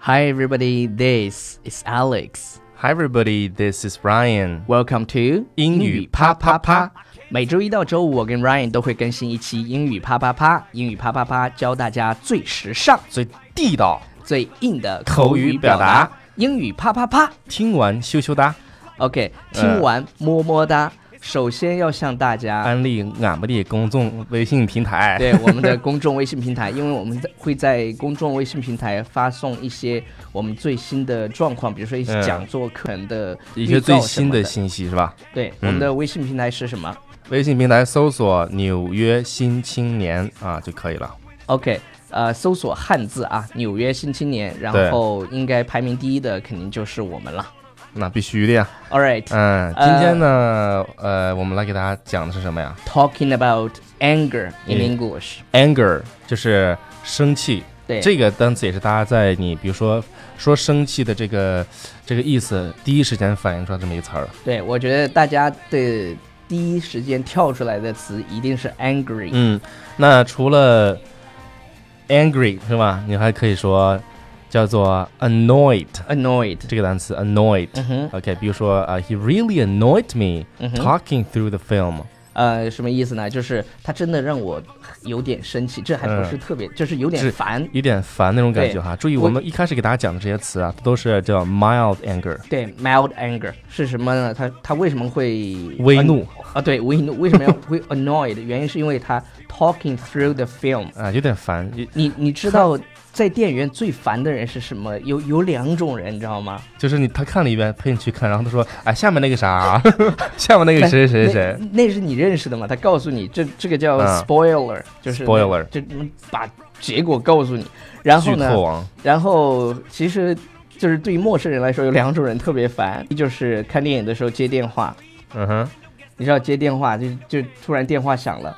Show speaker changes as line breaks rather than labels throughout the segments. Hi everybody, this is Alex.
Hi everybody, this is Ryan。
Welcome to
英语啪啪啪。
每周一到周五，我跟 Ryan 都会更新一期英语啪啪啪。英语啪啪啪教大家最时尚、
最地道，
最硬的
口
语
语
表
表达。
英语啪啪啪。
听完羞羞哒。
OK，听
呃
完么么哒。首先要向大家，
安利俺们的公众微信平台。
对我们的公众微信平台，因 为我们在会在公众微信平台发送一些我们最新的状况，比如说一些
嗯
讲座、课程的
一些最新
的
的。信嗯息是吧？
对，我们的微信平台是什么？
微信平台搜索“纽约新青年”啊就可以了。
OK，呃，搜索汉字啊，《纽约新青年》，然
对
后应该排名第一的肯定就是我们了。
那必须的呀。
All right,
嗯，今天呢，呃，我们来给大家讲的是什么呀
talking about anger in
嗯
English，、
？Anger 就是生气。
对，
这个单词也是大家在你比如说说生气的这个这个意思，第一时间反映出来这么一词儿。
对我觉得大家的第一时间跳出来的词一定是 angry，、
嗯，那除了 angry 是吧？你还可以说叫做 annoyed
annoyed，
这个单词 annoyed。
嗯哼，
OK，比如说啊、h e really annoyed me
嗯哼，
talking through the film。
呃，什么意思呢？就是他真的让我有点生气，这还不是特别，就是有点
嗯是
烦。
有点烦那种感觉
对
哈，注意
我
我们一开始给大家讲的这些词啊，都是叫 mild anger，
对，mild anger 是什么呢？他他为什么会
微怒
啊，对，为为什么要会 annoyed？原 因是因为他 talking through the film
啊、有点烦，有
你。你知道在电影院最烦的人是什么？有有两种人，你知道吗？
就是你他看了一遍，陪你去看，然后他说，哎，下面那个啥， 下面那个谁谁谁谁，
那那是你认识的吗？他告诉你，这这个叫
嗯
spoiler，、就是那
spoiler
就把结果告诉你。然后
剧
呢
透，王，
然后其实就是对于陌生人来说，有两种人特别烦，一就是看电影的时候接电话，
嗯哼，
你知道接电话就就突然电话响了，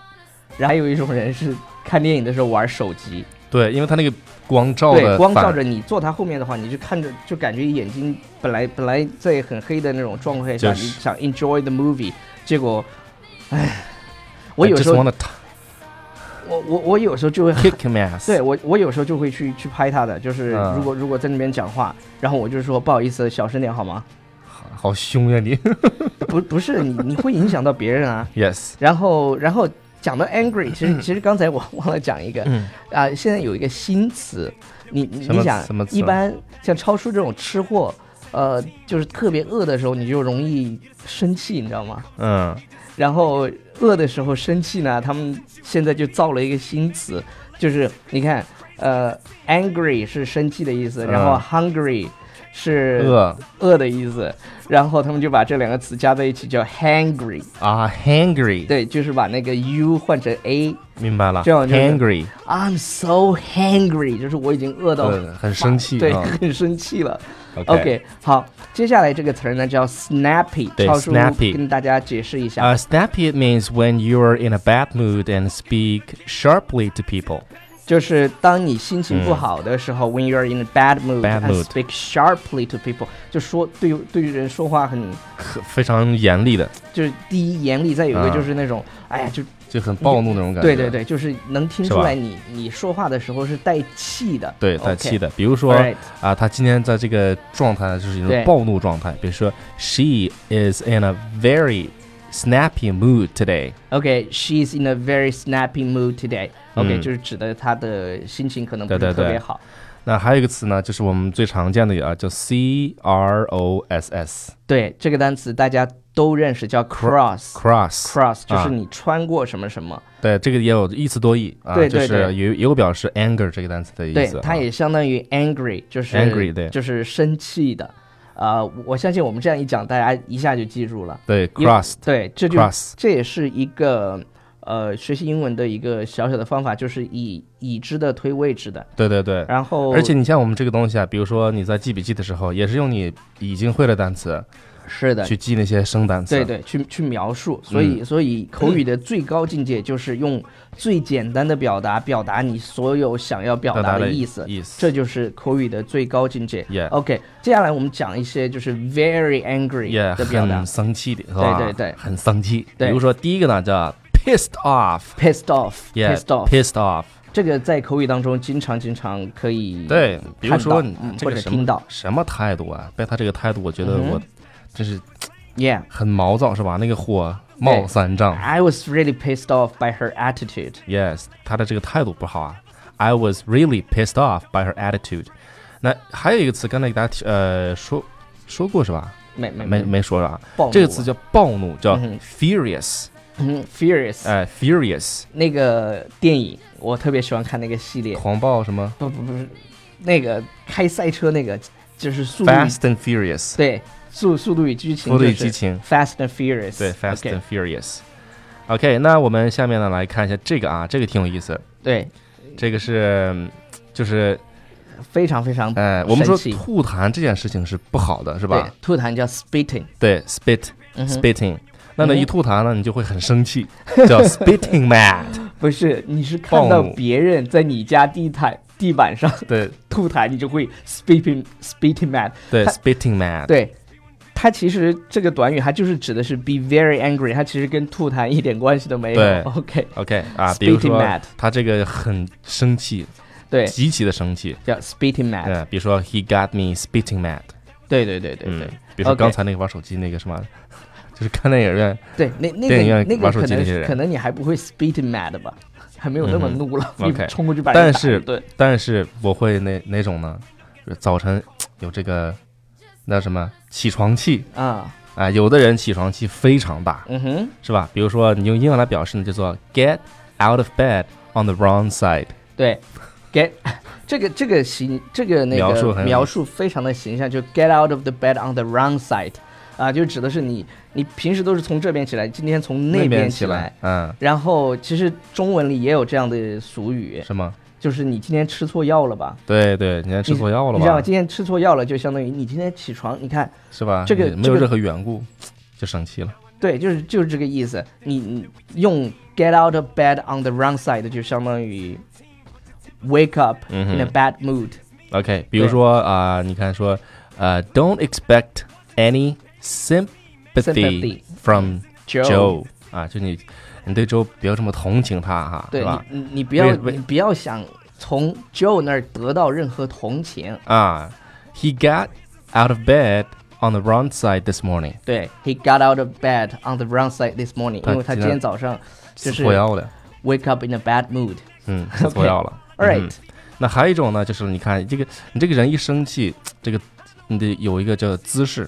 然后还有一种人是看电影的时候玩手机。
对，因为他那个光照
对，
的
光照
反
着你坐他后面的话，你就看着就感觉眼睛本来本来在很黑的那种状态下，
就是
你想 enjoy the movie，结果，唉，我有
I
时
just
候
wanna
我我我有时候就会
kick him ass，
对我我有时候就会去去拍他的，就是
嗯
如果、如果在那边讲话，然后我就说不好意思，小声点好吗？
好好凶呀你
不不是你你会影响到别人啊，
，yes，
然后然后。讲到 angry，其实其实刚才我 忘了讲一个，
嗯，
啊，现在有一个新词，你你
什么
你想
什么，词啊
一般像超叔这种吃货，呃，就是特别饿的时候，你就容易生气，你知道吗？
嗯，
然后饿的时候生气呢，他们现在就造了一个新词，就是你看，呃，angry 是生气的意思，然后
嗯
hungry 是
饿
饿的意思，然后他们就把这两个词加在一起叫 hungry，
啊，hungry，
对，就是把那个 u 换成 a。
明白了
这样就是
hungry，
I'm so hungry，就是我已经饿到
呃很生气
对，
啊
很生气了。OK，好，接下来这个词儿呢叫 snappy，
对
超叔
snappy
跟大家解释一下。
Uh, snappy means when you're in a bad mood and speak sharply to people.
就是当你心情不好的时候、w h e n you're in a bad mood,
嗯 Bad
and
mood
speak sharply to people，就说对对人说话很
可非常严厉的，
就是第一严厉，再有一个
啊
就是那种、哎呀就
就很暴怒那种感觉。
对对对，就是能听
是
出
吧
来你你说话的时候是带气的，
对，带气的。比如说
OK，alright，
啊，他今天在这个状态就是一
对
种暴怒状态。比如说，She is in a very snappy mood today。
OK，she's、in a very snappy mood today。OK，、
嗯
就是指的她的心情可能不是
对对
特
对
别好。
那还有一个词呢，就是我们最常见的啊，叫 C R O S S
对这个单词大家都认识，叫 cross。
cross。
cross 就是
啊
你穿过什么什么，
对，这个也有一词多义啊，
对
就
对
是
对
也也有表示 anger 这个单词的意
对
思啊。，
它也相当于 angry，就是
Angry，对
就是生气的。啊，我相信我们这样一讲，大家一下就记住了。
对
因为
cross
对，这就
cross
这也是一个呃学习英文的一个小小的方法，就是以已知的推未知的。
对对对。
然后，
而且你像我们这个东西啊，比如说你在记笔记的时候，也是用你已经会的单词
是的，
去记那些生单词。
对对，去去描述。所
嗯
以，所以口语的最高境界就是用最简单的表达表达你所有想要表
表
达
达
的
的
意思，
意思
这就是口语的最高境界。
Yeah
OK，接下来我们讲一些就是 very angry
也
的表达
很生气的，是吧？
对对对
很生气。
对
比如说第一个呢叫 pissed off，
，pissed off，pissed off，
pissed off，
这个在口语当中经常经常可以
对，比如
看到
说你
嗯
这
或
个
者
什
听
么
到
什么态度啊？被他这个态度，我觉得
嗯哼
我真是
，Yeah。
很毛躁，是吧？那个火冒三丈。
I was really pissed off by her attitude。
Yes，他的这个态度不好啊。I was really pissed off by her attitude。那还有一个词，刚才给大家提呃说说过是吧？
没没
没，没说啊。
嗯暴怒
这个词叫暴怒，叫
嗯哼
furious，
嗯 Furious、
哎，furious，
那个电影，我特别喜欢看那个系列。
狂暴什么
不不不是，那个开赛车那个就是速度与
？Fast and furious，
对速速度与激情，
速度与激。情，
Fast and Furious，
对，Fast
OK，
and furious。OK，那我们下面呢来看一下这个啊，这个挺有意思，
对，
这个是嗯就是
非常非常
哎，我们说
神奇
吐痰这件事情是不好的，是
对
吧？，
吐痰叫 spitting，
对，spit
嗯哼
spitting。那呢，
嗯哼
一吐痰呢，你就会很生气，叫 spitting mad。
不是，你是看到
暴怒
别人在你家地毯地板上
对
吐痰，你就会 spitting spitting mad。
对
他
，spitting mad。
对，它其实这个短语它就是指的是 be very angry，它其实跟吐痰一点关系都没有
对。
OK，
OK 啊，比如
Spitting
说
mad
他这个很生气，
对，
极其的生气。
叫 spitting mad。
呃，比如说 He got me spitting mad。
对对对对对。
嗯，比如说
OK
刚才那个玩手机那个什么，就是看电影院
对，那那
电影
个
院
那个
玩手
可
机那些
能
人
可能你还不会 spitting mad 吧，还没有那么
嗯哼
怒了，
OK
你 冲过去把人
但
打一
是
顿
但是我会哪哪种呢？就是早晨有这个那什么起床气
啊，
啊、有的人起床气非常大，
嗯哼，
是吧？比如说你用英文来表示呢，叫做 get out of bed on the wrong side。
对，get 这个这个形这个那个
描述很有
描述非常的形象，就 get out of the bed on the wrong side，啊，就指的是你你平时都是从这边起来，今天从
那
边
边
起
起
来
来。，嗯，
然后其实中文里也有这样的俗语，
是吗？
就是你今天吃错药了吧？
对对，你还吃错药
你
了
知道吗
吧？
今天吃错药了，就相当于你今天起床，你看
是吧？
这个
你没
这
有
个
任何缘故就生气了。
对，就是就是这个意思。你你用 get out of bed on the wrong side 就相当于 wake up
嗯
in a
哼
bad mood。
OK，比如说啊、你看说呃，don't expect any sympathy
Sympathy
from
Joe，,
Joe 啊，就你你对 Joe 不要这么同情他哈，
对
是吧？
你你你不要
为为
你不要想从 Joe 那儿得到任何同情。
啊，He got out of bed on the wrong side this morning，
对，He got out of bed on the wrong side this morning，
他
因为他
今
今
天
天早上就
吃
是
错药了，
wake up in a bad mood。
嗯，吃错
OK
药了。
All
嗯
right，、
那还有一种呢，就是你看这个，你这个人一生气，这个你得有一个叫姿势，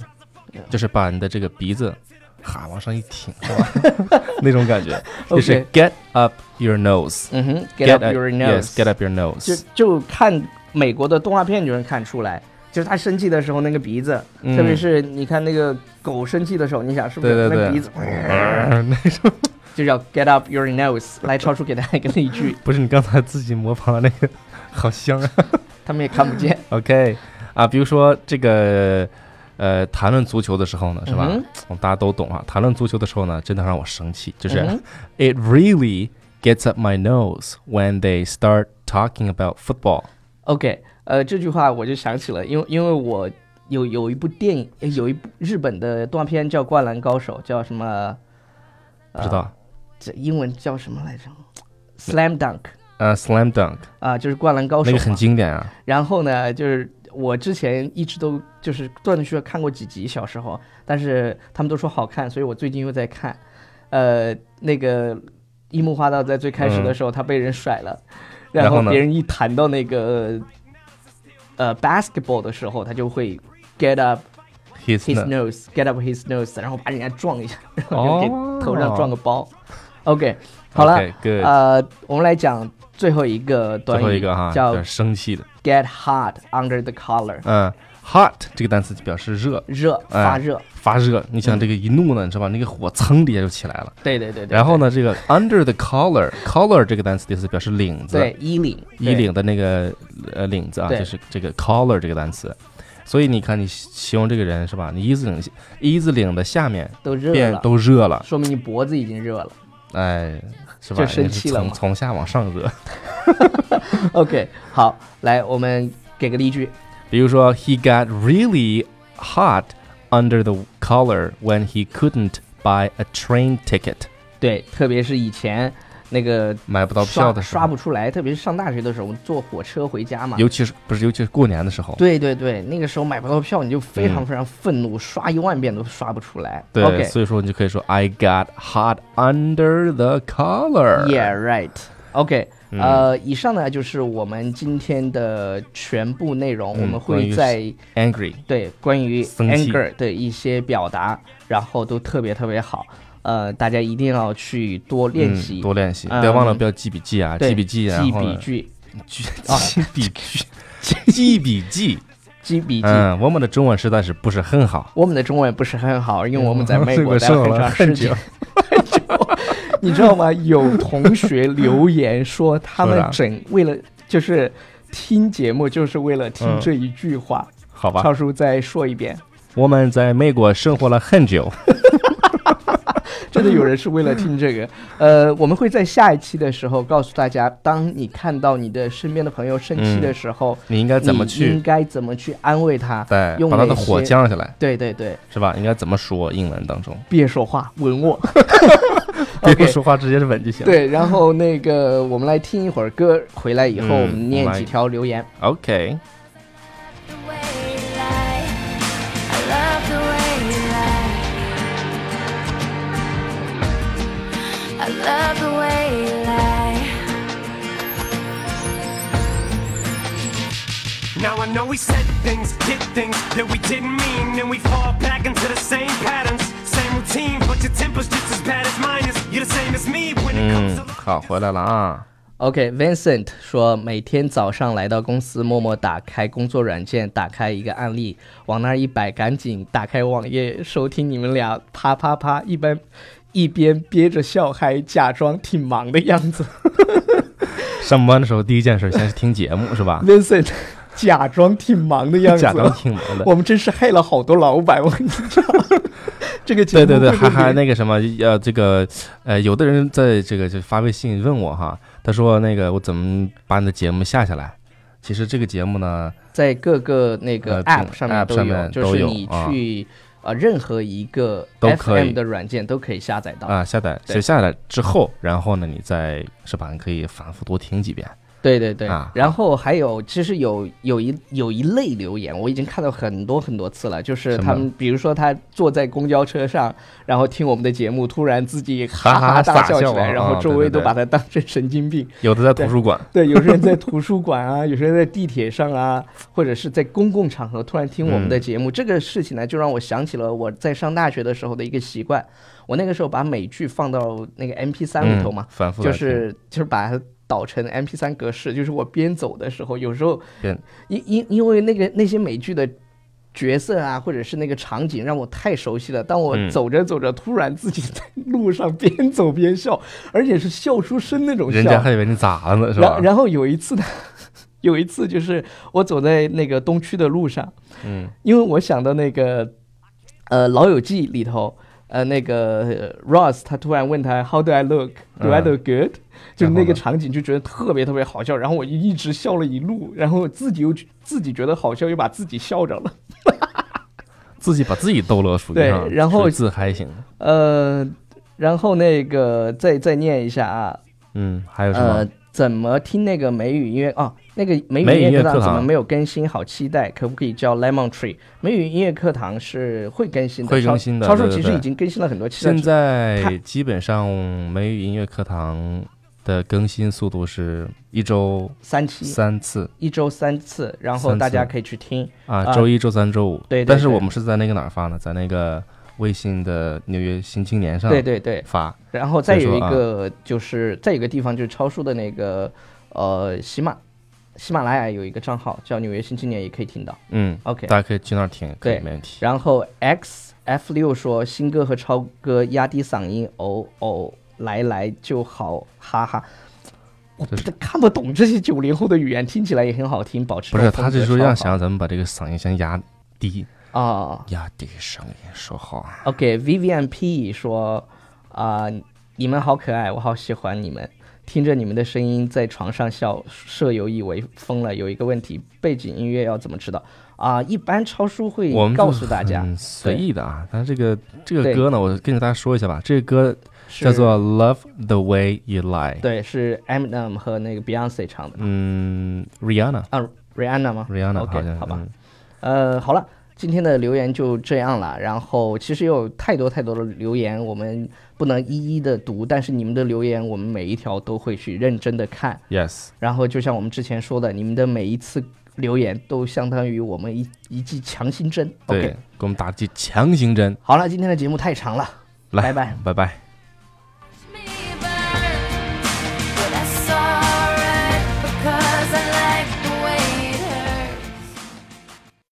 嗯
就是把你的这个鼻子哈往上一挺，是吧？ 那种 感觉，就是
OK
get up your nose。
嗯哼，get up
a-
your
Yes,
nose。
get up your
就
nose。
就看美国的动画片就能看出来，就是他生气的时候那个鼻子，特别是你看那个狗生气的时候，你想是不是
嗯对对
那
对
鼻子
嗯， 那
就叫 get up your nose？来，超叔给大家一个例句，
不是你刚才自己模仿的那个，好香啊。
他们也看不见，
OK，啊，比如说这个，呃，谈论足球的时候呢，是吧？
嗯
我们大家都懂啊。谈论足球的时候呢，真的让我生气，就是、
嗯哼
It really gets up my nose when they start talking about football。
OK，呃，这句话我就想起了，因为因为我有有一部电影，呃有一部日本的动画片叫《灌篮高手》，叫什么？啊呃
不知道，
这英文叫什么来着？Slam Dunk
呃，slam dunk
啊、就是《灌篮高手
那》个
嘛
很经典啊。
然后呢，就是我之前一直都就是断断续续看过几集，小时候，但是他们都说好看，所以我最近又在看。呃，那个樱木花道在最开始
嗯
的时候，他被人甩了，
然后呢
别人一谈到那个呃 basketball 的时候，他就会 get up
His
his
n-
nose，get up his nose，然后把人家撞一下，然后就
哦
给头上撞个包。OK，好了
OK，good
呃，我们来讲最后一个
最
短语，
后一个哈，
叫
就是生气的，
get hot under the collar，
嗯，hot 这个单词就表示热，
热
哎
发热。
发热。你想这个一怒呢，你知道吧？那个火噌底下就起来了。
对对对对。
然后呢，这个 under the collar，collar 这个单词的意思表示领子，
对衣领，
衣
对
领的那个呃领子啊，
对
就是这个 collar 这个单词。所以你看，你形容这个人是吧？你衣子领衣子领的下面
都热
变
了，
都热了，
说明你脖子已经热了。
哎，是吧？
就生
也是
气了
从
嘛
从下往上热。
OK，好，来我们给个例句。
比如说，He got really hot under the collar when he couldn't buy a train ticket。
对，特别是以前那个
买不到票
刷
的时
刷
候，
不出来，特别是上大学的时候，我们坐火车回家嘛。
尤其是不是尤其是过年的时候，
对对对，那个时候买不到票，你就非常
嗯
非常愤怒，刷一万遍都刷不出来。
对
o k
所以说你就可以说 I got hot under the collar。
Yeah, right. OK，、
嗯
呃，以上呢就是我们今天的全部内容。
嗯
我们
关
会
于
在
，angry，
对关于
生气
anger 的一些表达，然后都特别特别好。呃，大家一定要去多练习，
嗯、多练习，
嗯
不要忘了不要记笔记啊，
对
记笔记啊，
记
然后
笔
呢
记，
记
啊
记笔记，记笔记。
记笔记。
嗯，我们的中文实在是不是很好。
我们的中文不是很好，因为我们在美国
我
待了
受
很
了
长
很
时间
久。，嗯
你知道吗？有同学留言说，他
说
们
啥
整为了就是听节目，就是为了听
嗯
这一句话。
好吧
超。叔再说一遍，
我们在美国生活了很久，
真的有人是为了听 这个。呃，我们会在下一期的时候告诉大家，当你看到你的身边的朋友生气的时候，
你应嗯该怎么
你应
去？
该怎么去安慰他？
对，
用
把他
哪
的火
些
降下来，
对对对，
是吧？应该怎么说？英文当中，
别说话，吻我。
别
OK
说话，直接是吻就行。
对，然后那个我们来听一会儿歌，回来以后
嗯
我们念
我们
几
来
条留言。
，OK。
The way you lie, I love the way you lie. I love the way you lie.
Now I know we said things, did things that we didn't mean, and we fall back into the same patterns, same routine. But your temper's just as bad as mine is. You're the same as me when it
嗯
comes to，love.
好，回来了啊。
OK，Vincent、说，每天早上来到公司，默默打开工作软件，打开一个案例，往那儿一摆，赶紧打开网页收听你们俩啪啪啪，一般一边憋着笑，还假装挺忙的样 子。
上班的时候第一件事先是听节目，是 吧？
Vincent 假装挺忙的样子，
啊假装听忙的。
我们真是害了好多老板，我跟你 讲，这个节
对
目
对
会
对，
不
还
会
还
被
那个什么，呃，这个，呃，有的人在这个就发微信问我哈，他说那个我怎么把你的节目下下来？其实这个节目呢，
在各个那个
呃这
App 上面
App
都
上
有，
面
就
都
是
有
你
啊
去呃任何一个
都可以
FM 的软件都可以下载到。
啊、下载
对
就下载之后，然后呢，你再是吧，你可以反复多听几遍。
对对对，
啊
然后还有，其实有有一有一类留言，我已经看到很多很多次了，就是
什么
他们，比如说他坐在公交车上，然后听我们的节目，突然自己哈
哈哈
大
傻
笑起
笑
来，
啊
然后
啊
周
对
围
对
都
对
把他当成神经病。
有的在
对
图书馆，
对，有些人在图书馆啊，有些人在地铁上啊， 或者是在公共场合突然听我们的节
嗯
目，这个事情呢，就让我想起了我在上大学的时候的一个习惯。我那个时候把美剧放到那个 MP 3里头嘛
嗯，，反复地
就
听
是就是把它导成 MP 3格式，就是我边走的时候，有时候
边
因因因为那个那些美剧的。角色啊，或者是那个场景让我太熟悉了。当我
嗯
走着走着，突然自己在 路上边走边笑，而且是笑出声那种笑。
人家还以为你咋了呢，是吧
然？然后有一次呢， 有一次就是我走在那个东区的路上，
嗯，
因为我想到那个呃《老友记》里头，呃那个呃 Ross 他突然问他 How do I look? Do I
嗯
look good？、就
然后
那个
呢
场景就觉得特别特别好笑，然后我就一直笑了一路，然后自己又觉自己觉得好笑，又把自己笑着了。
自己把自己逗乐，属于
对
啊
然后
属于自嗨型。
呃，然后那个再再念一下啊，
嗯，还有什么？
呃，怎么听那个美语音乐啊？那个美语
美语
音
音乐
乐课堂
课
怎么
堂
没有更新？好期待，可不可以叫 Lemon Tree？美语音乐课堂是会更新的，
会更
超
新的
超
对
叔
对
其实
对
已经更新了很多期了。
现
它
在基本上美语音乐课堂的更新速度是一周
三期，
三次
一周三次，然后
三
大家
次
可以去听。
啊，
啊
周一、周三、周五。
对对
但是
对
我们是在那个哪儿发呢？在那个微信的《纽约新青年》上
对对对，
发。
然后再
所以
有
说
一
啊
个就是再有一个地方就是超叔的那个呃喜马喜马拉雅有一个账号叫纽约新青年，也可以听到。
嗯
哦 OK
大家可以去那儿听，可以
对
没问题。
然后 X F 六说新歌和超哥压低嗓音，偶偶来来就好，哈哈。我
这是
这看不懂这些九零后的语言，听起来也很好听，保持
不是，
这种
他
风
是
格
说
超
要
好
想咱们把这个嗓音先压低，
啊。
压低声音说话。
OK，Vivian P 说啊、你们好可爱，我好喜欢你们。听着你们的声音在床上笑，舍友以为疯了。有一个问题，背景音乐要怎么知道啊？一般超叔会
我们
告
就
诉大家
很，随意的啊。但是这个这个
对
歌呢，我跟大家说一下吧，这个歌
是
叫做《Love the Way You Lie》，
对，是 Eminem 和那个 Beyonce 唱的
嗯，Rihanna。
啊，Rihanna 吗
Rihanna 好
OK，
像
好吧，
嗯
呃，好了，今天的留言就这样了。然后其实有太多太多的留言，我们不能一一的读，但是你们的留言我们每一条都会去认真的看。
Yes，
然后就像我们之前说的，你们的每一次留言都相当于我们一一剂强心针。
对
OK，
给我们打几强行针，
好了，今天的节目太长了，
来，
拜拜，
拜拜。